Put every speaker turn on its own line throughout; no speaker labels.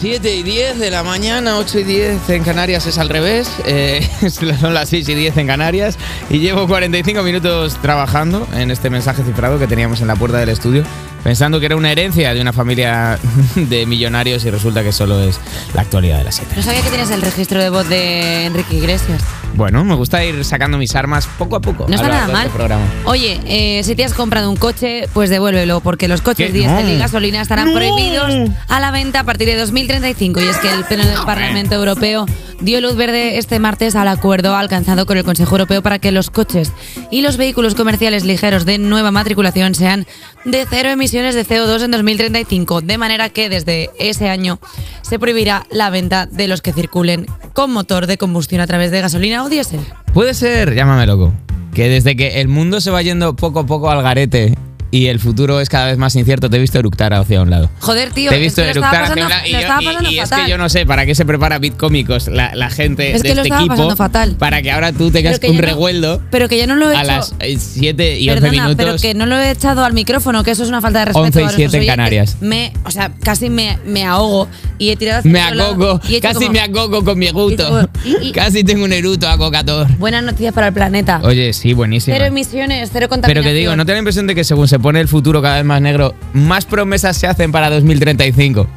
7 y 10 de la mañana, 8 y 10 en Canarias es al revés, eh, son las 6 y 10 en Canarias y llevo 45 minutos trabajando en este mensaje cifrado que teníamos en la puerta del estudio, pensando que era una herencia de una familia de millonarios y resulta que solo es la actualidad de las 7.
No sabía que tienes el registro de voz de Enrique Iglesias.
Bueno, me gusta ir sacando mis armas poco a poco.
No está
a lo largo
nada
de
mal.
este programa.
Oye, eh, si te has comprado un coche, pues devuélvelo, porque los coches
¿Qué?
diésel y
No.
gasolina estarán
No.
prohibidos a la venta a partir de 2035. Y es que el Pleno del Parlamento Europeo dio luz verde este martes al acuerdo alcanzado con el Consejo Europeo para que los coches y los vehículos comerciales ligeros de nueva matriculación sean de cero emisiones de CO2 en 2035. De manera que desde ese año se prohibirá la venta de los que circulen con motor de combustión a través de gasolina o diésel.
Puede ser, llámame loco, que desde que el mundo se va yendo poco a poco al garete y el futuro es cada vez más incierto, te he visto eructar hacia un lado.
Joder, tío,
Te he visto
es que lo estaba
eructar hacia
pasando,
un lado y,
lo
yo-
estaba
y-
pasando
y es
fatal.
que yo no sé para qué se prepara Bitcómicos la, la gente
Es
de
que lo
este
estaba
equipo
pasando fatal.
para que ahora tú tengas
Pero que
un
yo no-
revueldo
Pero que yo no lo he
a
hecho.
las 7 y 11
Perdona,
minutos.
pero que no lo he echado al micrófono, que eso es una falta de respeto.
11 y
a nuestros
7 en
oyentes.
Canarias.
Me, o sea, casi me, me ahogo y he tirado hacia
Me
otro lado
acoco,
y he hecho
casi
como,
me acoco con mi
como-
gusto.
y- y-
Casi tengo un eruto acocator.
Buenas noticias para el planeta.
Oye, sí, buenísimo.
cero emisiones,
Pero
cero contaminación.
que digo, ¿no te da la impresión de que según se pone el futuro cada vez más negro, más promesas se hacen para 2035?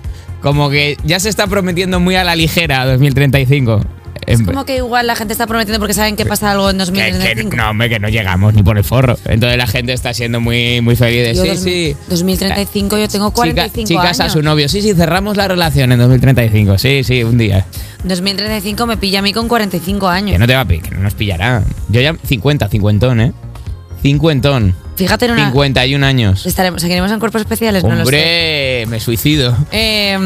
Como que ya se está prometiendo muy a la ligera 2035.
Es
Em,
como que igual la gente está prometiendo porque saben que pasa algo en
que- que
2035.
no, hombre, que no llegamos ni por el forro. Entonces la gente está siendo muy, muy feliz de
Yo
sí,
dos-
sí.
2035, yo tengo
Chica-
45
chicas a
años.
su novio. Sí, sí, cerramos la relación en 2035. Sí, sí, un día.
2035 me pilla a mí con 45 años.
Que no te va a pillar, que no nos pillará. Yo ya 50, cincuentón, ¿eh? Cincuentón.
Fíjate en una.
51 años.
Estaremos, seguiremos en cuerpos especiales, no lo sé.
Hombre, me suicido.
Eh,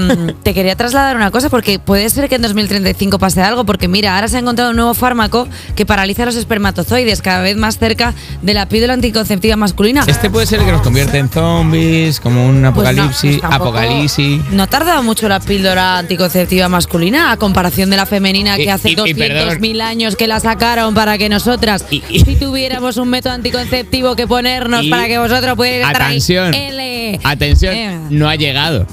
te quería trasladar una cosa porque puede ser que en 2035 pase algo porque mira, ahora se ha encontrado un nuevo fármaco que paraliza los espermatozoides cada vez más cerca de la píldora anticonceptiva masculina.
Este puede ser el que nos convierte en zombies, como un
Ah. Pues no,
apocalipsis,
pues tampoco-
apocalipsis.
No tarda mucho la píldora anticonceptiva masculina a comparación de la femenina
Y-
que hace
y- y perdón.
200.000 años que la sacaron para que nosotras,
Y- y-
si tuviéramos un método anticonceptivo que ponernos
Y-
para que vosotros pudierais estar ahí.
Atención,
L.
atención,
Eh.
no ha llegado.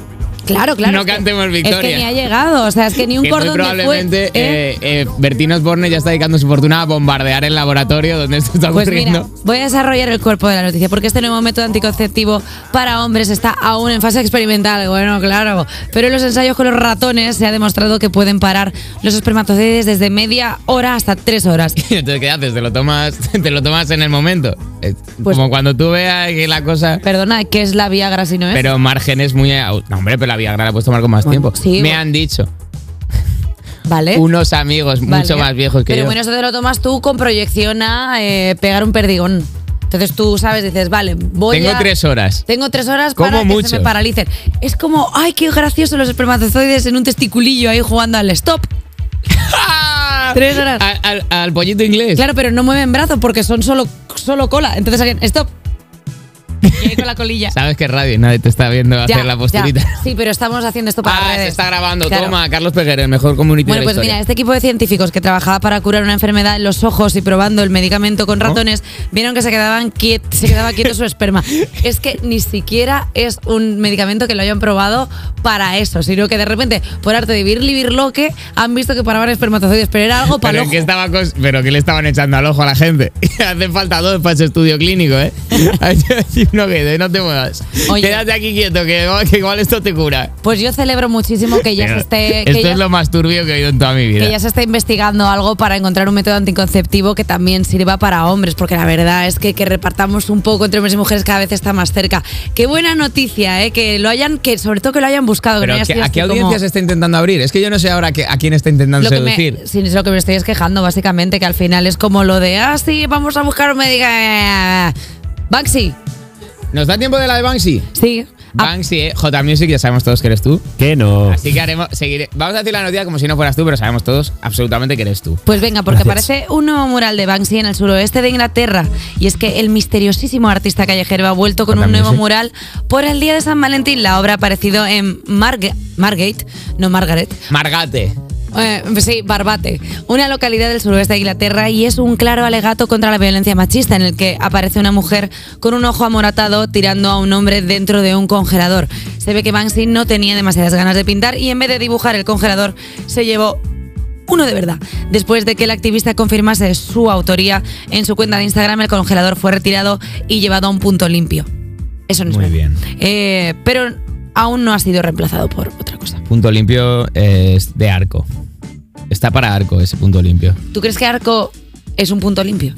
Claro, claro.
No
es que-
cantemos
Es que
victoria.
ni ha llegado, o sea, es que ni un
que muy
cordón
probablemente
de fuet, ¿eh?
eh, eh, Bertino Osborne ya está dedicando su fortuna a bombardear el laboratorio donde esto está
Pues mira,
ocurriendo.
voy a desarrollar el cuerpo de la noticia porque este nuevo método anticonceptivo para hombres está aún en fase experimental. Bueno, claro. Pero en los ensayos con los ratones se ha demostrado que pueden parar los espermatozoides desde media hora hasta tres horas.
Entonces, ¿qué haces? ¿Te lo tomas, te lo tomas en el momento? Es
Pues-
como cuando tú veas que la cosa...
Perdona, ¿qué es la Viagra si no es?
Pero márgenes muy... au- No, hombre, pero la Viagra la puedes tomar con más
Bueno,
tiempo.
sí,
Me
bueno.
han dicho
¿Vale?
unos amigos
Vale.
mucho más viejos que
Pero
yo.
bueno, eso te lo tomas tú con proyección a eh, pegar un perdigón. Entonces tú sabes, dices, vale, voy
Tengo
a-
tres horas.
Tengo tres horas
Como
para que se
mucho.
me paralicen. Es como, ay, qué gracioso los espermatozoides en un testiculillo ahí jugando al stop. Tres horas.
¡Ah! Al, al- al pollito inglés.
Claro, pero no mueven brazos porque son solo, solo cola. Entonces alguien, stop. Y ahí con la colilla.
Sabes que es radio y nadie te está viendo hacer la posturita.
ya. Sí, pero estamos haciendo esto para
Ah, se
redes.
está grabando.
Claro.
Toma, Carlos Peguero, el mejor community
Bueno,
de la
pues mira,
historia.
este equipo de científicos que trabajaba para curar una enfermedad en los ojos y probando el medicamento con ratones, vieron que se, quedaban quiet- se quedaba quieto su esperma. Es que ni siquiera es un medicamento que lo hayan probado para eso, sino que de repente, por arte de vivir, vivir lo que han visto que paraban espermatozoides, pero era algo para
Pero,
el
que
ojo.
estaba cos- pero que le estaban echando al ojo a la gente. Hace falta dos para ese estudio clínico, ¿eh? Hay uno que dice, no te muevas.
Oye.
Quédate aquí quieto, que, que igual esto te cura.
Pues yo celebro muchísimo que ya se
Pero
esté... que
esto
ya-
es lo más turbio que he oído en toda mi vida.
que ya se está investigando algo para encontrar un método anticonceptivo que también sirva para hombres, porque la verdad es que que repartamos un poco entre hombres y mujeres cada vez está más cerca. Qué buena noticia, ¿eh? que lo hayan, que sobre todo que lo hayan buscado. que
Pero
no haya
¿qué-
sido
¿a qué
así
audiencia
como-
se está intentando abrir? Es que yo no sé ahora que- a quién está intentando
lo que me,
seducir.
sí, es lo que me estoy es quejando, básicamente, que al final es como lo de, ah, sí, vamos a buscar un médico. Baxi,
¿Nos da tiempo de la de Banksy?
sí. Ah,
Banksy, ¿eh? J Music, ya sabemos todos que eres tú.
Que no.
Así que haremos, seguire- Vamos a decir la noticia como si no fueras tú, pero sabemos todos absolutamente que eres tú.
Pues venga, porque
Gracias.
aparece un nuevo mural de Banksy en el suroeste de Inglaterra. Y es que el misteriosísimo artista callejero ha vuelto con un
Cuéntame,
nuevo
sí.
mural por el día de San Valentín. La obra ha aparecido en Marg- Margate, no Margaret.
Margate.
Eh, sí, Barbate, una localidad del suroeste de Inglaterra y es un claro alegato contra la violencia machista en el que aparece una mujer con un ojo amoratado tirando a un hombre dentro de un congelador. Se ve que Banksy no tenía demasiadas ganas de pintar y en vez de dibujar el congelador se llevó uno de verdad. Después de que el activista confirmase su autoría en su cuenta de Instagram, el congelador fue retirado y llevado a un punto limpio. Eso no es
Muy
verdad.
bien.
Eh, pero aún no ha sido reemplazado por otra cosa.
Punto limpio es de arco. Está para arco ese punto limpio.
¿Tú crees que Arco es un punto limpio?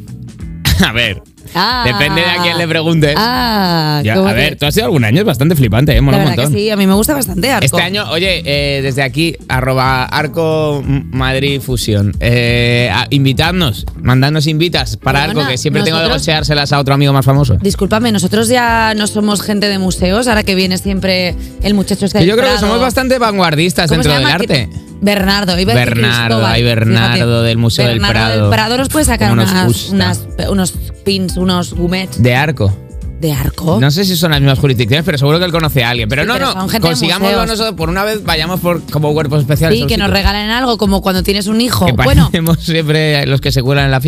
A ver,
Ah.
depende de a quién le preguntes.
Ah,
Ya,
¿cómo
a
que-
ver, tú has sido algún año, es bastante flipante, ¿eh?
la
mola un
verdad que
montón.
sí, a mí me gusta bastante Arco.
Este año, oye, eh, desde aquí, arroba arco Madrid Fusión. Eh, a- invitadnos, mandadnos invitas para
Perdona,
arco, que siempre tengo que
nosotros-
goseárselas a otro amigo más famoso.
Discúlpame, nosotros ya no somos gente de museos, ahora que viene siempre el muchacho
Que
este del
yo creo que
Prado.
somos bastante vanguardistas
¿Cómo se
dentro del
llama?
arte.
Bernardo, iba a decir
Bernardo,
Cristóbal,
ay, Bernardo
fíjate.
del Museo del
Bernardo
Prado.
del Prado nos puede sacar
Cómo nos
unas,
gusta.
unas- unos pins, unos gumets
De arco.
de arco.
No sé si son las mismas jurisdicciones, pero seguro que él conoce a alguien. Pero
Oh. Sí,
no,
pero son
no,
gente de
consigámoslo
museos.
nosotros. Por una vez vayamos por como cuerpos especiales. a
sí,
un
que nos
sitio.
regalen algo como cuando tienes un hijo.
Que
Bueno,
parecemos siempre los que se cuelan en la